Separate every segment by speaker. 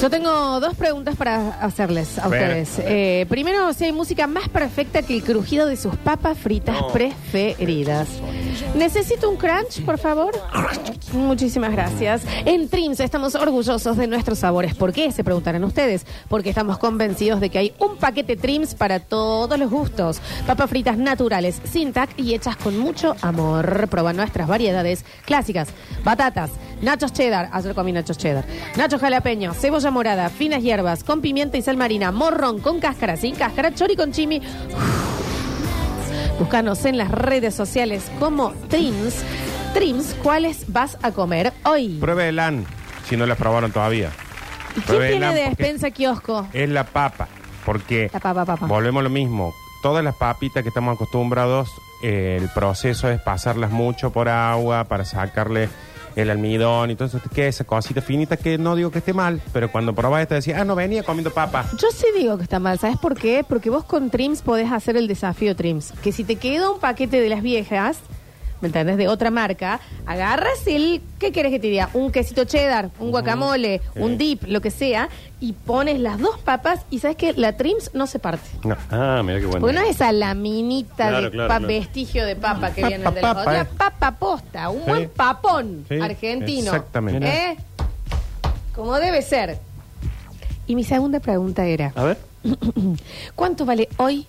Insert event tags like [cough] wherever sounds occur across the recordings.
Speaker 1: Yo tengo dos preguntas para hacerles a,
Speaker 2: A ver,
Speaker 1: ustedes.
Speaker 2: a ver.
Speaker 1: Eh, primero, si hay música más perfecta que el crujido de sus papas fritas
Speaker 2: No.
Speaker 1: preferidas. Necesito un crunch, por favor. Muchísimas gracias. En Trims estamos orgullosos de nuestros sabores. ¿Por qué? Se preguntarán ustedes. Porque estamos convencidos de que hay un paquete Trims para todos los gustos. Papas fritas naturales, sin tac y hechas con mucho amor. Proba nuestras variedades clásicas, batatas, nachos cheddar, ayer comí nachos cheddar, nachos jalapeño, cebolla morada, finas hierbas, con pimienta y sal marina, morrón, con cáscara, sin cáscara, chori con chimi, Búscanos en las redes sociales como Trims. Trims, ¿cuáles vas a comer hoy?
Speaker 2: Pruebe el LAN, si no las probaron todavía.
Speaker 1: ¿Y quién
Speaker 2: pruebe
Speaker 1: tiene
Speaker 2: la-
Speaker 1: de
Speaker 2: porque- Eh.
Speaker 1: despensa kiosco?
Speaker 2: Es la papa, porque
Speaker 1: La papa, papa.
Speaker 2: volvemos a lo mismo. Todas las papitas que estamos acostumbrados, eh, el proceso es pasarlas mucho por agua para sacarle el almidón y todo eso. Te queda esa cosita finita que no digo que esté mal, pero cuando probás esta decís, ah, no venía comiendo papa.
Speaker 1: Yo sí digo que está mal, ¿sabes por qué? Porque vos con Trims podés hacer el desafío Trims. Que si te queda un paquete de las viejas, ¿me entendés? De otra marca, agarras el. ¿Qué querés que te diga? Un quesito cheddar, un guacamole,
Speaker 2: Sí.
Speaker 1: un dip, lo que sea, y pones las dos papas y sabes que la Trims no se parte.
Speaker 2: No.
Speaker 3: Ah, mira qué bueno.
Speaker 1: Porque no es esa laminita
Speaker 3: Claro,
Speaker 1: de
Speaker 3: claro,
Speaker 1: pa-
Speaker 3: claro.
Speaker 1: vestigio de papa
Speaker 2: [laughs]
Speaker 1: que
Speaker 2: Papa,
Speaker 1: viene del
Speaker 2: papa,
Speaker 1: otro. Una
Speaker 2: eh.
Speaker 1: papa posta, un
Speaker 2: Sí.
Speaker 1: buen papón
Speaker 2: Sí,
Speaker 1: argentino.
Speaker 2: exactamente.
Speaker 1: ¿Eh? Como debe ser. Y mi segunda pregunta era,
Speaker 2: Ah.
Speaker 3: A ver.
Speaker 1: ¿cuánto vale hoy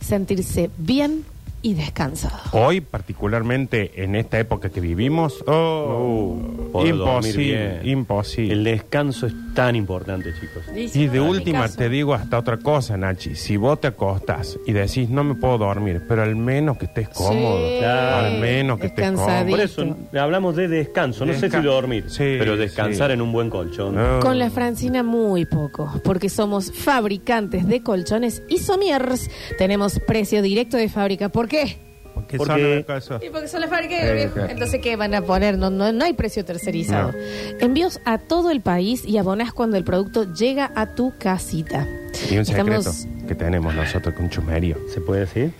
Speaker 1: sentirse bien y descansado?
Speaker 2: Hoy, particularmente en esta época que vivimos, oh,
Speaker 3: poder Uh, dormir
Speaker 2: imposible,
Speaker 3: bien.
Speaker 2: imposible.
Speaker 3: El descanso es tan importante, chicos.
Speaker 2: Y de última te digo hasta otra cosa, Nachi. Si vos te acostás y decís no me puedo dormir, pero al menos que estés cómodo.
Speaker 3: claro.
Speaker 2: Al menos que estés
Speaker 1: Descansadito.
Speaker 2: cómodo.
Speaker 3: Por eso n- hablamos de descanso. No sé
Speaker 2: Desca-
Speaker 3: si dormir,
Speaker 2: Sí,
Speaker 3: pero descansar
Speaker 2: sí. Ah.
Speaker 3: en un buen colchón.
Speaker 2: No.
Speaker 1: Con la Francina muy poco, porque somos fabricantes de colchones y somiers. Tenemos precio directo de fábrica. ¿Por qué?
Speaker 2: Porque
Speaker 3: Porque-
Speaker 2: son las cosas.
Speaker 1: Y porque son las fábricas,
Speaker 2: Eh,
Speaker 1: viejo.
Speaker 2: claro.
Speaker 1: Entonces, ¿qué van a poner? No, no, no hay precio tercerizado.
Speaker 2: No.
Speaker 1: Envíos a todo el país y abonás cuando el producto llega a tu casita.
Speaker 2: Y un secreto
Speaker 1: Estamos-
Speaker 2: que tenemos nosotros con Chumerio.
Speaker 3: ¿Se puede decir?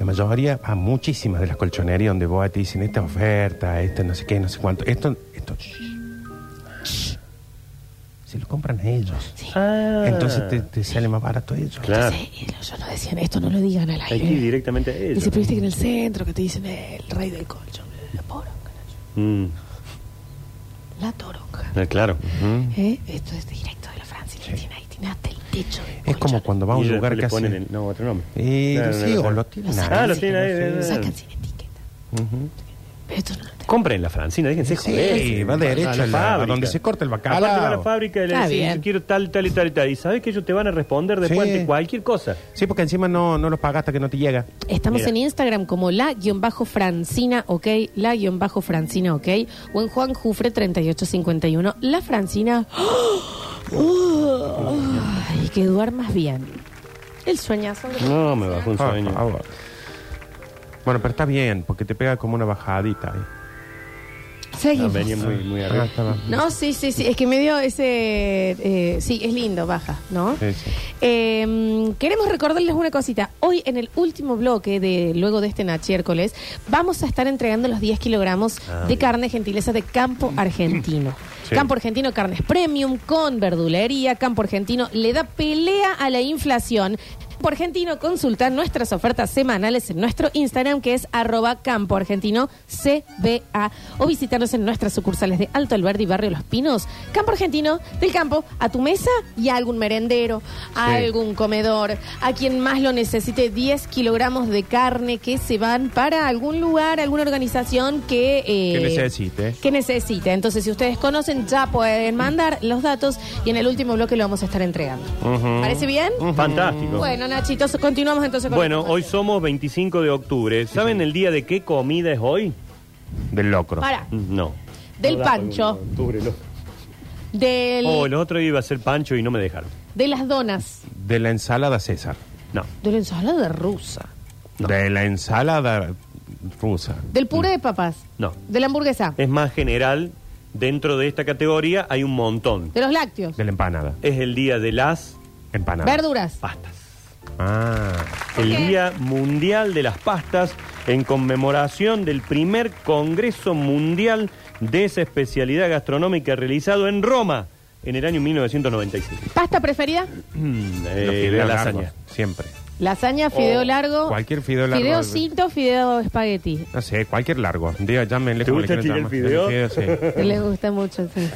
Speaker 2: La mayoría, a muchísimas de las colchonerías donde vos te dicen esta oferta, esta no sé qué, no sé cuánto. Esto, esto, shh, shh, se lo compran a ellos.
Speaker 3: Ah.
Speaker 2: Entonces te, te sale más barato a ellos.
Speaker 3: Claro.
Speaker 1: Sí, y ellos no decían esto, no lo digan al
Speaker 3: Hay que ir
Speaker 1: aire.
Speaker 3: directamente a ellos.
Speaker 1: Dice, pero viste que en el centro que te dicen eh, el rey del colchón, la poronga,
Speaker 3: Mm,
Speaker 1: la toronja.
Speaker 3: eh, claro.
Speaker 2: Ujú.
Speaker 1: ¿Eh? Esto es directo de la Francia, que tiene ahí, tiene hasta el techo. del
Speaker 2: Es como
Speaker 1: colchón.
Speaker 2: cuando vas a un
Speaker 3: Y
Speaker 2: lugar
Speaker 3: después
Speaker 2: que
Speaker 3: le ponen
Speaker 2: hace...
Speaker 3: el- no, otro nombre.
Speaker 2: Y
Speaker 3: Claro,
Speaker 2: sí,
Speaker 3: no, no,
Speaker 2: o
Speaker 3: no.
Speaker 2: lo tienen
Speaker 1: Lo
Speaker 2: ahí.
Speaker 3: Ah, lo tienen ahí,
Speaker 2: no
Speaker 3: eh,
Speaker 2: sé.
Speaker 3: eh.
Speaker 1: Sacan sin etiqueta.
Speaker 2: Ujú.
Speaker 1: Pero esto no lo tengo.
Speaker 3: Compren la Francina, déjense joder.
Speaker 2: Sí, va derecho a, la- a donde se corta el
Speaker 3: Aparte va a la
Speaker 2: bacalao.
Speaker 3: fábrica y le
Speaker 1: Está
Speaker 3: decís,
Speaker 1: bien.
Speaker 3: yo quiero tal, tal y tal y tal. Y sabes que ellos te van a responder después
Speaker 2: Sí.
Speaker 3: de cualquier cosa.
Speaker 2: Sí, porque encima no, no los pagas hasta que no te llega.
Speaker 1: Estamos
Speaker 3: Mira.
Speaker 1: en Instagram como la-francina, ok, la-francina, ok, o en Juan Jufre 3851, la Francina. ¡Oh! Ay, que duermas bien. El sueñazo.
Speaker 3: No, me bajó un
Speaker 2: Ah,
Speaker 3: sueño.
Speaker 2: ah, bueno. bueno, pero está bien, porque te pega como una bajadita ahí.
Speaker 3: No,
Speaker 1: Seguimos.
Speaker 3: venía muy, muy
Speaker 2: Ah,
Speaker 3: arriba.
Speaker 2: está bien.
Speaker 1: No, sí, sí, sí, es que me dio ese... eh, sí, es lindo, baja, ¿no?
Speaker 2: Sí, sí.
Speaker 1: Eh, queremos recordarles una cosita. Hoy, en el último bloque de luego de este Nachiércoles, vamos a estar entregando los 10 kilogramos
Speaker 3: Ah,
Speaker 1: de
Speaker 3: bien.
Speaker 1: carne gentileza de Campo Argentino.
Speaker 2: Mm. [clears throat] Sí.
Speaker 1: Campo Argentino Carnes Premium con verdulería. Campo Argentino le da pelea a la inflación. Campo Argentino consulta nuestras ofertas semanales en nuestro Instagram que es arroba Campo Argentino CBA o visitarnos en nuestras sucursales de Alto Alberdi y Barrio Los Pinos. Campo Argentino, del campo a tu mesa y a algún merendero, a
Speaker 2: Sí.
Speaker 1: algún comedor, a quien más lo necesite, 10 kilogramos de carne que se van para algún lugar, alguna organización que... eh,
Speaker 2: Que necesite.
Speaker 1: que necesite. Entonces, si ustedes conocen, ya pueden mandar los datos y en el último bloque lo vamos a estar entregando.
Speaker 2: Ujú.
Speaker 1: ¿Parece bien?
Speaker 3: Fantástico.
Speaker 1: Bueno, Nachitos, continuamos entonces con
Speaker 3: Bueno,
Speaker 1: la
Speaker 3: hoy
Speaker 1: información.
Speaker 3: somos 25 de octubre. ¿Saben el día de qué comida es hoy?
Speaker 2: Del locro.
Speaker 1: Pará,
Speaker 3: No.
Speaker 1: del
Speaker 3: No da para
Speaker 1: pancho,
Speaker 3: uno de octubre, no.
Speaker 1: del,
Speaker 3: Oh, el otro iba a ser pancho y no me dejaron.
Speaker 1: de las donas,
Speaker 2: De la ensalada César.
Speaker 3: No.
Speaker 1: de la ensalada rusa,
Speaker 2: De la ensalada rusa.
Speaker 1: del
Speaker 2: Mm.
Speaker 1: puré de papas,
Speaker 3: No.
Speaker 1: de la hamburguesa,
Speaker 2: Eh.
Speaker 3: Es más general. Dentro de esta categoría hay un montón.
Speaker 1: de los lácteos,
Speaker 2: De la empanada.
Speaker 3: Es el día de las
Speaker 2: Empanada.
Speaker 1: verduras.
Speaker 3: pastas.
Speaker 2: Ah.
Speaker 3: El
Speaker 1: Ok.
Speaker 3: Día Mundial de las Pastas en conmemoración del primer Congreso Mundial de esa especialidad gastronómica realizado en Roma en el año 1995.
Speaker 1: ¿Pasta preferida?
Speaker 2: Los
Speaker 3: Eh, la
Speaker 2: fideos
Speaker 3: lasaña.
Speaker 2: largos, siempre.
Speaker 1: Lasaña, fideo
Speaker 3: O
Speaker 1: largo.
Speaker 2: Oh, cualquier fideo largo.
Speaker 1: Fideo cinto, fideo
Speaker 2: [laughs]
Speaker 1: espagueti.
Speaker 2: No sé, cualquier largo. Digo, llámenle
Speaker 3: ¿Te
Speaker 2: como
Speaker 3: gusta
Speaker 2: le quieran
Speaker 3: el
Speaker 2: llamar.
Speaker 3: fideo?
Speaker 2: Sí,
Speaker 1: Les gusta mucho. sí.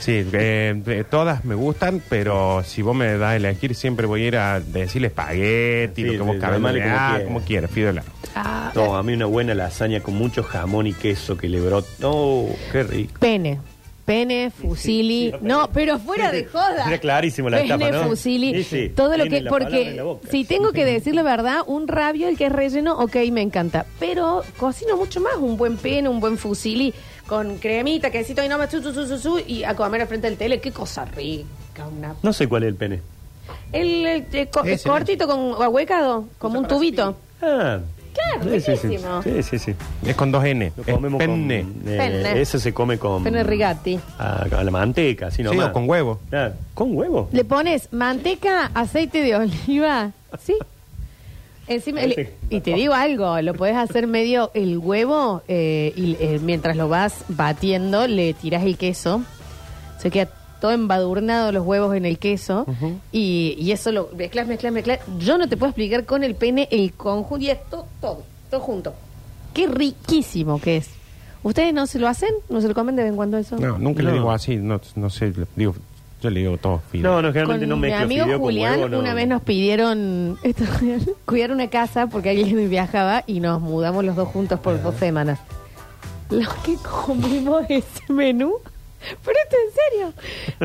Speaker 2: Sí, eh, eh, todas me gustan, pero si vos me das a elegir, siempre voy a ir a decirle espagueti,
Speaker 3: Sí,
Speaker 2: lo que
Speaker 3: sí,
Speaker 2: vos quieras.
Speaker 3: llamale como
Speaker 2: Ah,
Speaker 3: quieras.
Speaker 2: como quieras, fideo largo.
Speaker 1: Ah,
Speaker 3: No, a mí una buena lasaña con mucho jamón y queso que le brota. No, qué rico.
Speaker 1: Pene. Pene, fusili.
Speaker 3: sí, sí,
Speaker 1: no,
Speaker 3: pene.
Speaker 1: pero fuera de joda.
Speaker 3: Era clarísimo la
Speaker 1: Pene,
Speaker 3: tapa, ¿no?
Speaker 1: fusili.
Speaker 3: Sí, sí,
Speaker 1: Todo lo
Speaker 3: tiene
Speaker 1: que.
Speaker 3: la palabra en
Speaker 1: Porque
Speaker 3: la boca.
Speaker 1: si tengo
Speaker 3: [laughs]
Speaker 1: que decir la verdad, un rabio, el que es relleno, ok, me encanta. Pero cocino mucho más. Un buen pene, un buen fusili con cremita, quesito y nomás, su, su, su, su, su, y a comer al frente del tele. Qué cosa rica. Una...
Speaker 3: No sé cuál es el pene.
Speaker 1: El, eh, eh, co-
Speaker 2: Ese,
Speaker 1: cortito con ahuecado, como un tubito.
Speaker 3: Ah.
Speaker 1: Claro,
Speaker 3: sí, sí,
Speaker 1: riquísimo.
Speaker 3: sí, sí, sí.
Speaker 2: Es con dos N.
Speaker 3: Lo
Speaker 2: es
Speaker 3: comemos
Speaker 2: penne.
Speaker 3: con... eh,
Speaker 1: Penne.
Speaker 3: Ese se come con...
Speaker 1: Penne rigatti.
Speaker 3: A, a la manteca, así nomás.
Speaker 2: o con huevo.
Speaker 3: Ah, ¿Con huevo?
Speaker 1: Le pones manteca, aceite de oliva, ¿sí? Encima, el- y te digo algo, lo puedes hacer medio el huevo eh, y eh, mientras lo vas batiendo le tiras el queso. Se queda todo embadurnado los huevos en el queso y, y eso lo mezclas, mezclas, mezclas. Yo no te puedo explicar con el pene el conjunto y es todo, todo, todo junto. Qué riquísimo que es. ¿Ustedes no se lo hacen? ¿No se lo comen de vez en cuando eso?
Speaker 2: No, nunca le
Speaker 3: No.
Speaker 2: digo así, no, no sé, le digo, yo le digo todo fideo.
Speaker 3: No, no, generalmente
Speaker 1: Con
Speaker 3: no
Speaker 1: mi
Speaker 3: mezclo
Speaker 1: amigo
Speaker 3: fideo con
Speaker 1: Julián
Speaker 3: huevo, no.
Speaker 1: una vez nos pidieron esto [laughs] es real, cuidar una casa porque alguien [laughs] viajaba y nos mudamos los dos juntos por
Speaker 3: Ah.
Speaker 1: dos semanas. Los que comimos [laughs] ese menú, pero esto en serio,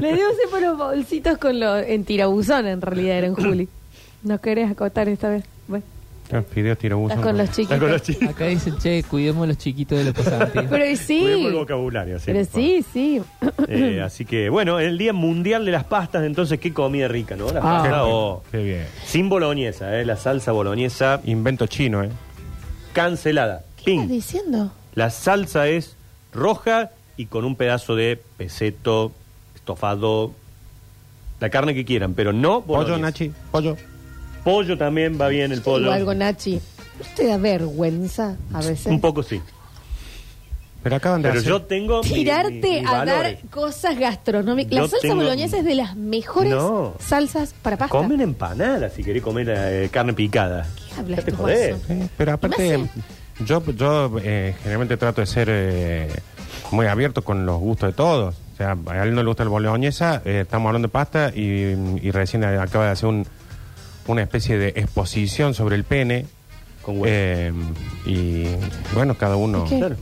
Speaker 1: le dio por los bolsitos con los en tirabuzón en realidad eran
Speaker 3: [laughs]
Speaker 1: Juli. ¿No querés acotar esta vez? Bueno,
Speaker 2: Ah, Fideo tirabuzón.
Speaker 1: estás con los
Speaker 3: Está con los
Speaker 1: chiquitos.
Speaker 3: chicos.
Speaker 4: Acá dicen, che, cuidemos a los chiquitos de los pasantes.
Speaker 1: [laughs] Pero y
Speaker 3: Cuidemos el
Speaker 1: sí,
Speaker 3: vocabulario, sí.
Speaker 1: pero
Speaker 3: por favor.
Speaker 1: sí, sí.
Speaker 3: Eh, así que, bueno, el Día Mundial de las Pastas, entonces, qué comida rica, ¿no? La
Speaker 4: Ah.
Speaker 3: pasta
Speaker 2: Qué
Speaker 3: o...
Speaker 2: Qué bien.
Speaker 3: Sin boloñesa, ¿eh? La salsa boloñesa
Speaker 2: Invento chino, ¿eh?
Speaker 3: cancelada.
Speaker 1: ¿Qué estás
Speaker 3: Ping.
Speaker 1: diciendo?
Speaker 3: La salsa es roja y con un pedazo de peseto, estofado, la carne que quieran, pero no
Speaker 2: Pollo,
Speaker 3: boloñesa.
Speaker 2: Nachi, pollo.
Speaker 3: Pollo también va bien el pollo.
Speaker 1: O algo, Nachi. ¿No te da vergüenza a veces?
Speaker 3: Un poco sí.
Speaker 2: Pero acaban de
Speaker 3: Pero
Speaker 2: hacer.
Speaker 3: yo tengo. mi-
Speaker 1: tirarte
Speaker 3: mi- mis
Speaker 1: a
Speaker 3: valores.
Speaker 1: dar cosas gastronómicas. La
Speaker 3: Yo
Speaker 1: salsa
Speaker 3: tengo-
Speaker 1: boloñesa es de las mejores
Speaker 3: No.
Speaker 1: salsas para pasta.
Speaker 3: Comen empanadas si querés comer eh, carne picada.
Speaker 1: ¿Qué hablas
Speaker 3: Ya te
Speaker 1: tú,
Speaker 3: jodés.
Speaker 1: Guaso?
Speaker 2: Sí, pero aparte, yo, yo eh, generalmente trato de ser eh, muy abierto con los gustos de todos. O sea, a él no le gusta el boloñesa, eh, estamos hablando de pasta y, y recién acaba de hacer un- una especie de exposición sobre el pene.
Speaker 3: Con huevo.
Speaker 2: Eh, y bueno, cada uno.
Speaker 1: ¿Qué?
Speaker 3: Claro.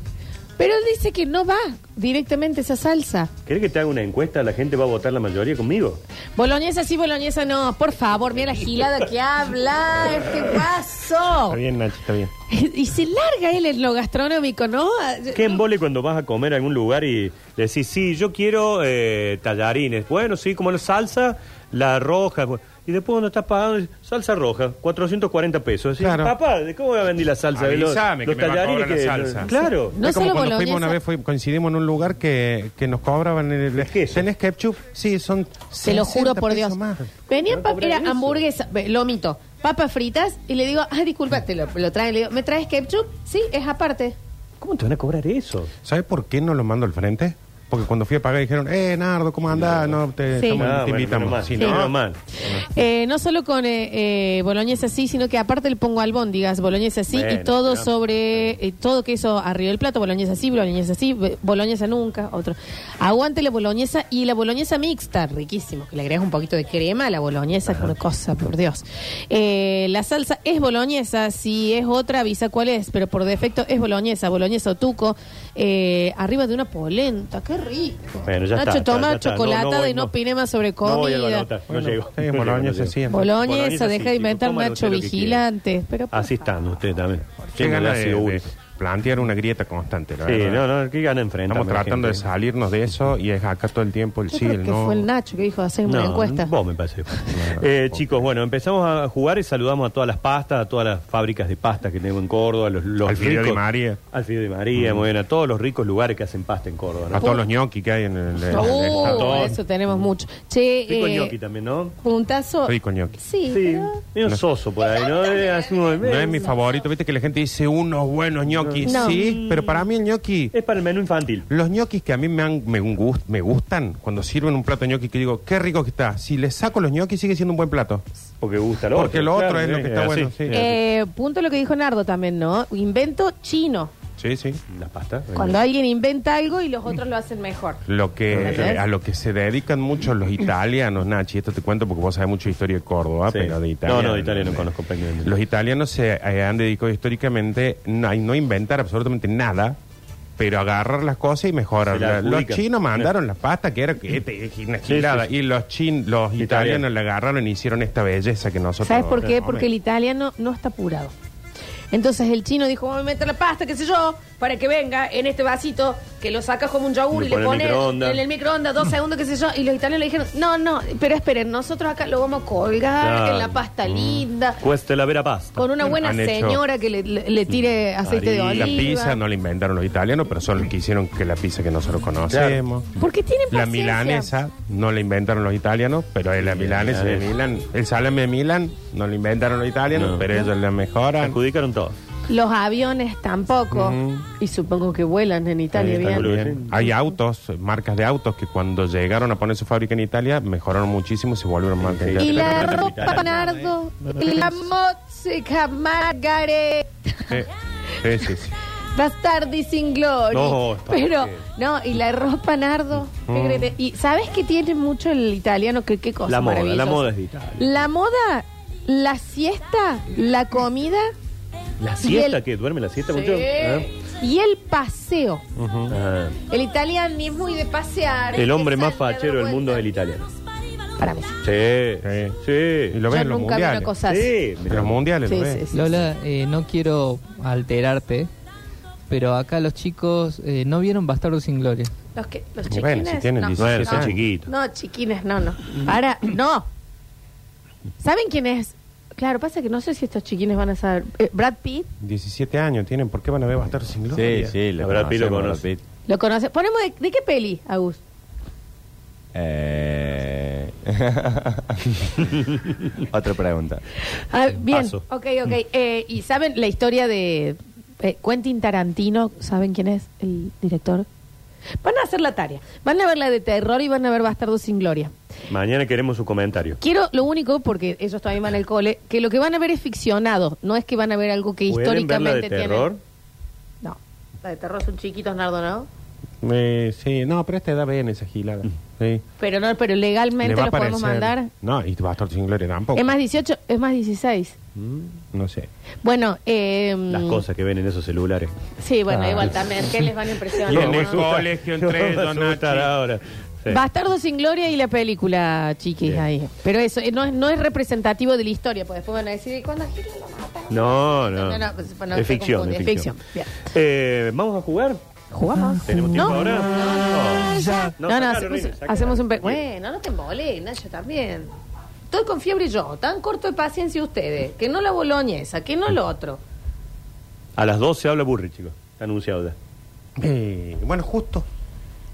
Speaker 1: Pero él dice que no va directamente esa salsa.
Speaker 3: ¿Querés que te haga una encuesta? La gente va a votar la mayoría conmigo.
Speaker 1: Boloñesa sí, boloñesa no. Por favor, mira la gilada que habla este
Speaker 2: Está
Speaker 1: guaso.
Speaker 2: bien, Nachi, está bien.
Speaker 1: Y se larga él en lo gastronómico, ¿no?
Speaker 3: ¿Qué embole cuando vas a comer a algún lugar y le decís, sí, yo quiero eh, tallarines? Bueno, sí, como la salsa, la roja. bu- Y después cuando estás pagando, salsa roja, 440 pesos. Decís,
Speaker 2: Claro.
Speaker 3: Papá, ¿de ¿cómo voy a vender la salsa? De los-
Speaker 2: Avísame
Speaker 3: los
Speaker 2: que me va a
Speaker 3: tallarines
Speaker 2: cobrar la
Speaker 3: que-
Speaker 2: salsa.
Speaker 3: Claro.
Speaker 1: No
Speaker 2: es como
Speaker 1: solo
Speaker 2: cuando
Speaker 1: boloñesa.
Speaker 2: fuimos una vez, fue- coincidimos en un lugar que, que nos cobraban el,
Speaker 3: queso.
Speaker 2: ¿Tenés ketchup? Sí, son
Speaker 1: Se lo juro
Speaker 2: 60
Speaker 1: por
Speaker 2: pesos
Speaker 1: Dios.
Speaker 2: más.
Speaker 1: Venían
Speaker 3: No
Speaker 1: pap-
Speaker 3: cobran
Speaker 1: era
Speaker 3: eso.
Speaker 1: hamburguesa, ve, lomito, papas fritas y le digo, ah, disculpa, te lo, lo traen, le digo, ¿me traes ketchup? Sí, es aparte.
Speaker 3: ¿Cómo te van a cobrar eso?
Speaker 2: ¿Sabes por qué no lo mando al frente? Porque cuando fui a pagar dijeron, eh, Nardo, ¿cómo andás? No, te,
Speaker 1: Sí.
Speaker 2: estamos-
Speaker 3: Ah,
Speaker 2: te
Speaker 3: bueno, menos mal,
Speaker 2: invitamos. Sí, ¿no?
Speaker 3: menos mal.
Speaker 1: Eh, no solo con eh, eh, boloñesa sí, sino que aparte le pongo albóndigas, boloñesa sí, y
Speaker 3: Bueno,
Speaker 1: todo
Speaker 3: claro.
Speaker 1: sobre, eh, todo queso arriba del plato, boloñesa sí, boloñesa sí, be- boloñesa nunca, otro. Aguante la boloñesa y la boloñesa mixta, riquísimo, que le agregas un poquito de crema a la boloñesa, es una cosa, por Dios. Eh, la salsa es boloñesa, si es otra avisa cuál es, pero por defecto es boloñesa, boloñesa o tuco, eh, arriba de una polenta, qué rico.
Speaker 3: Bueno, ya
Speaker 1: Nacho
Speaker 3: está, ya-
Speaker 1: toma
Speaker 3: ya está. No, no
Speaker 1: chocolatada
Speaker 3: voy,
Speaker 1: y no
Speaker 3: no.
Speaker 1: opine más sobre
Speaker 3: No voy
Speaker 1: comida.
Speaker 3: a anotar, no
Speaker 2: Bueno,
Speaker 3: llego.
Speaker 2: sí, boloñesa sí, es
Speaker 1: Boloñesa,
Speaker 3: Boloñesa,
Speaker 1: deja
Speaker 3: sí,
Speaker 1: de inventar
Speaker 3: coman
Speaker 1: macho
Speaker 3: ustedes lo que
Speaker 1: vigilante. Pero por
Speaker 3: Así están ustedes también.
Speaker 2: Qué
Speaker 3: Tienen
Speaker 2: gana
Speaker 3: el ácido
Speaker 2: de- de
Speaker 3: úrico.
Speaker 2: plantear una grieta constante, la
Speaker 3: Sí,
Speaker 2: verdad.
Speaker 3: no, no, qué gana enfrentar.
Speaker 2: Estamos tratando de salirnos de eso y es acá todo el tiempo el
Speaker 1: Yo
Speaker 2: sí,
Speaker 1: creo
Speaker 2: el
Speaker 1: que
Speaker 2: no.
Speaker 1: fue el Nacho que dijo de hacer una
Speaker 3: No,
Speaker 1: encuesta.
Speaker 3: Vos me
Speaker 2: [laughs]
Speaker 3: parece. Eh, chicos, bueno, empezamos a jugar y saludamos a todas las pastas, a todas las fábricas de pasta que tenemos en Córdoba, a los, los
Speaker 2: Al Fideo
Speaker 3: ricos-
Speaker 2: de María. Mm.
Speaker 3: Al Fideo de María, muy bien, a todos los ricos lugares que hacen pasta en Córdoba.
Speaker 2: A
Speaker 1: Eh,
Speaker 3: ¿no?
Speaker 2: todos los ñoquis que hay en el... en
Speaker 1: Uh,
Speaker 2: el-
Speaker 1: por
Speaker 3: Todo.
Speaker 1: eso tenemos mucho. Che,
Speaker 3: Rico
Speaker 1: eh,
Speaker 3: ñoqui también, ¿no?
Speaker 1: puntazo.
Speaker 2: Rico ñoqui.
Speaker 1: Sí.
Speaker 3: Sí,
Speaker 1: pero-
Speaker 3: medio soso por ahí, ¿no? Eh, hace un-
Speaker 2: No es mi favorito, viste que la gente dice unos buenos ñoquis. ñoqui,
Speaker 1: No.
Speaker 2: sí, pero para mí el ñoqui,
Speaker 3: Es para el menú infantil.
Speaker 2: los ñoquis que a mí me, han- me, gust- me gustan, cuando sirven un plato de ñoqui, que digo, qué rico que está. Si le saco los ñoquis, sigue siendo un buen plato.
Speaker 3: Porque gusta lo
Speaker 2: Porque
Speaker 3: otro.
Speaker 2: lo otro es lo que está
Speaker 3: así,
Speaker 2: bueno, sí.
Speaker 3: es así.
Speaker 1: Eh, punto lo que dijo Nardo también, ¿no? Invento chino.
Speaker 2: Sí, sí.
Speaker 3: La pasta. eh.
Speaker 1: Cuando alguien inventa algo y los otros lo hacen mejor.
Speaker 2: Lo que,
Speaker 1: ¿Entendés?
Speaker 2: eh, a lo que se dedican mucho los italianos, Nachi, esto te cuento porque vos sabés mucho de historia de Córdoba,
Speaker 3: Sí.
Speaker 2: pero de Italia.
Speaker 3: No, no, de Italia no conozco prácticamente.
Speaker 2: Los italianos se eh, han dedicado históricamente no- a no inventar absolutamente nada, pero agarrar las cosas y mejorar.
Speaker 3: Se la
Speaker 2: los
Speaker 3: adjudican.
Speaker 2: chinos mandaron las pastas que era que este, es una
Speaker 3: Sí,
Speaker 2: gilada,
Speaker 3: sí, sí.
Speaker 2: y los chin, los italianos la agarraron y hicieron esta belleza que nosotros.
Speaker 1: ¿Sabes por qué?
Speaker 2: no,
Speaker 1: Porque el italiano no está apurado. Entonces el chino dijo, vamos a meter la pasta, qué sé yo, para que venga en este vasito, que lo sacas como un yogur
Speaker 3: Le
Speaker 1: y le
Speaker 3: pone
Speaker 1: pones
Speaker 3: el microondas.
Speaker 1: en el microondas dos segundos, qué sé yo. Y los italianos le dijeron, no, no, pero esperen, nosotros acá lo vamos a colgar
Speaker 3: Claro.
Speaker 1: en la pasta
Speaker 3: Mm.
Speaker 1: linda,
Speaker 3: Cuesta la vera pasta.
Speaker 1: con una buena
Speaker 2: Han hecho-
Speaker 1: señora que le, le- le tire aceite
Speaker 3: Harina,
Speaker 2: La
Speaker 1: de oliva.
Speaker 2: pizza no la inventaron los italianos, pero son los que hicieron que la pizza que nosotros conocemos.
Speaker 1: Porque tienen
Speaker 2: La
Speaker 1: paciencia.
Speaker 2: milanesa no la inventaron los italianos, pero es la milanesa de Milán. El salame de Milán no lo inventaron los italianos,
Speaker 3: No.
Speaker 2: pero ellos la mejoran.
Speaker 3: Adjudicaron todo.
Speaker 1: Los aviones tampoco. Y supongo que vuelan en Italia,
Speaker 3: Ahí está,
Speaker 1: bien.
Speaker 3: boludo.
Speaker 2: Bien. Hay autos, marcas de autos que cuando llegaron a poner su fábrica en Italia mejoraron muchísimo y se volvieron marcas
Speaker 3: Sí, sí.
Speaker 1: Y
Speaker 2: internacionales.
Speaker 1: la ropa, Nardo. Y la música, Margaret.
Speaker 2: Eh, sí, sí, sí.
Speaker 1: Bastardi sin gloria.
Speaker 3: No, está
Speaker 1: pero,
Speaker 3: bien.
Speaker 1: no, y la ropa, Nardo.
Speaker 3: Mm.
Speaker 1: qué grande. Y ¿sabes qué tiene mucho el italiano? ¿Qué, qué cosa
Speaker 3: La moda,
Speaker 1: maravillosa?
Speaker 3: la moda es de Italia.
Speaker 1: La moda, la siesta, la comida
Speaker 3: La siesta,
Speaker 1: el-
Speaker 3: que duerme la siesta
Speaker 1: sí,
Speaker 3: mucho. ¿eh?
Speaker 1: y el paseo.
Speaker 3: Ah.
Speaker 1: El italianismo y de pasear.
Speaker 3: El hombre
Speaker 1: que
Speaker 3: más
Speaker 1: salta,
Speaker 3: fachero
Speaker 1: da
Speaker 3: del mundo es el
Speaker 1: vuelta.
Speaker 3: italiano.
Speaker 1: Para mí.
Speaker 3: Sí,
Speaker 2: Sí.
Speaker 3: sí.
Speaker 2: Y lo ven
Speaker 1: Yo
Speaker 2: en los
Speaker 1: nunca vi una
Speaker 2: mundiales.
Speaker 1: cosa así.
Speaker 3: Sí,
Speaker 2: En los mundiales
Speaker 1: Sí,
Speaker 2: lo ven.
Speaker 1: sí, sí.
Speaker 4: Lola, eh, no quiero alterarte, pero acá los chicos eh, no vieron Bastardo sin Gloria.
Speaker 1: Los, que, los
Speaker 2: Bueno,
Speaker 1: chiquines.
Speaker 2: si tienen
Speaker 1: no.
Speaker 2: 17
Speaker 3: son
Speaker 1: no.
Speaker 3: chiquitos.
Speaker 1: No, chiquines, no, no. Para, no. ¿Saben quién es? Claro, pasa que no sé si estos chiquines van a saber. Eh, Brad Pitt,
Speaker 2: 17 años tienen, ¿por qué van a ver Bastardo sin
Speaker 5: Sí,
Speaker 2: Gloria?
Speaker 5: sí,
Speaker 3: A
Speaker 5: lo
Speaker 3: Brad Pitt lo
Speaker 5: conocemos,
Speaker 3: conoce.
Speaker 5: Brad Pitt.
Speaker 1: ¿lo conoce? Ponemos de, ¿de qué peli, Agus?
Speaker 5: Eh... [laughs] Otra pregunta.
Speaker 1: Ah, bien,
Speaker 3: Paso.
Speaker 1: ok, ok. Eh, ¿Y saben la historia de eh, Quentin Tarantino? ¿Saben quién es el director? Van a hacer la tarea. Van a ver la de terror y van a ver Bastardo sin Gloria.
Speaker 3: Mañana queremos su comentario.
Speaker 1: Quiero lo único, porque ellos todavía van al cole, que lo que van a ver es ficcionado. No es que van a ver algo que
Speaker 3: ¿Pueden ver la
Speaker 1: históricamente
Speaker 3: de terror?
Speaker 1: tienen. No, la de terror son chiquitos, Nardo, ¿no?
Speaker 2: Eh, sí, no, pero esta edad ven esa gilada. Sí.
Speaker 1: Pero no, pero
Speaker 2: Le
Speaker 1: legalmente
Speaker 2: va
Speaker 1: los
Speaker 2: a
Speaker 1: podemos
Speaker 2: parecer-
Speaker 1: mandar.
Speaker 2: No, y Bastardo sin Gloria tampoco.
Speaker 1: Es más 18, es más 16.
Speaker 2: Mm, No sé.
Speaker 1: Bueno, eh,
Speaker 3: Las cosas que ven en esos celulares.
Speaker 1: Sí, bueno,
Speaker 4: Ah.
Speaker 1: igual también. ¿Qué les van
Speaker 3: [laughs]
Speaker 1: a impresionar?
Speaker 2: Y en
Speaker 3: me
Speaker 2: el
Speaker 3: asusta.
Speaker 2: colegio entre
Speaker 3: No me
Speaker 2: ellos,
Speaker 3: asustan
Speaker 2: Nachi.
Speaker 3: ahora. Sí.
Speaker 1: Bastardo sin gloria y la película, chiquis,
Speaker 3: Bien.
Speaker 1: ahí. Pero eso eh, no, es- no es representativo de la historia, porque después van a decir, "¿Y ¿cuándo a Hitler lo mataron?"
Speaker 3: No, no.
Speaker 1: No, no, pues, bueno,
Speaker 3: es
Speaker 1: se
Speaker 3: ficción,
Speaker 1: confunde,
Speaker 3: es
Speaker 1: es
Speaker 3: ficción.
Speaker 1: ficción. Bien.
Speaker 3: Eh, ¿Vamos a jugar?
Speaker 1: ¿Jugamos?
Speaker 3: ¿Tenemos tiempo
Speaker 1: No.
Speaker 3: ahora?
Speaker 1: No,
Speaker 3: sacalo,
Speaker 1: no, hacemos,
Speaker 3: Reina, sacalo.
Speaker 1: hacemos un... pe-
Speaker 3: Bien.
Speaker 1: Bueno, no te mole, yo también. Estoy con fiebre yo, tan corto de paciencia ustedes, que no la boloñesa, que no lo otro.
Speaker 3: A las 12 habla Burri, chicos. Está anunciado ya.
Speaker 2: Eh, bueno, justo.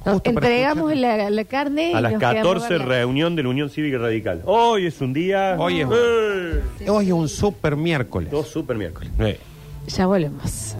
Speaker 1: Nos
Speaker 2: Justo para
Speaker 1: entregamos la, la carne y
Speaker 3: A las
Speaker 1: nos quedamos
Speaker 3: 14,
Speaker 1: verla.
Speaker 3: reunión de la Unión Cívica Radical. Hoy es un día...
Speaker 2: Hoy es un-
Speaker 3: ¡Eh!
Speaker 2: escuchar. Hoy es un super miércoles.
Speaker 3: Dos super miércoles.
Speaker 2: Eh.
Speaker 1: Ya volvemos.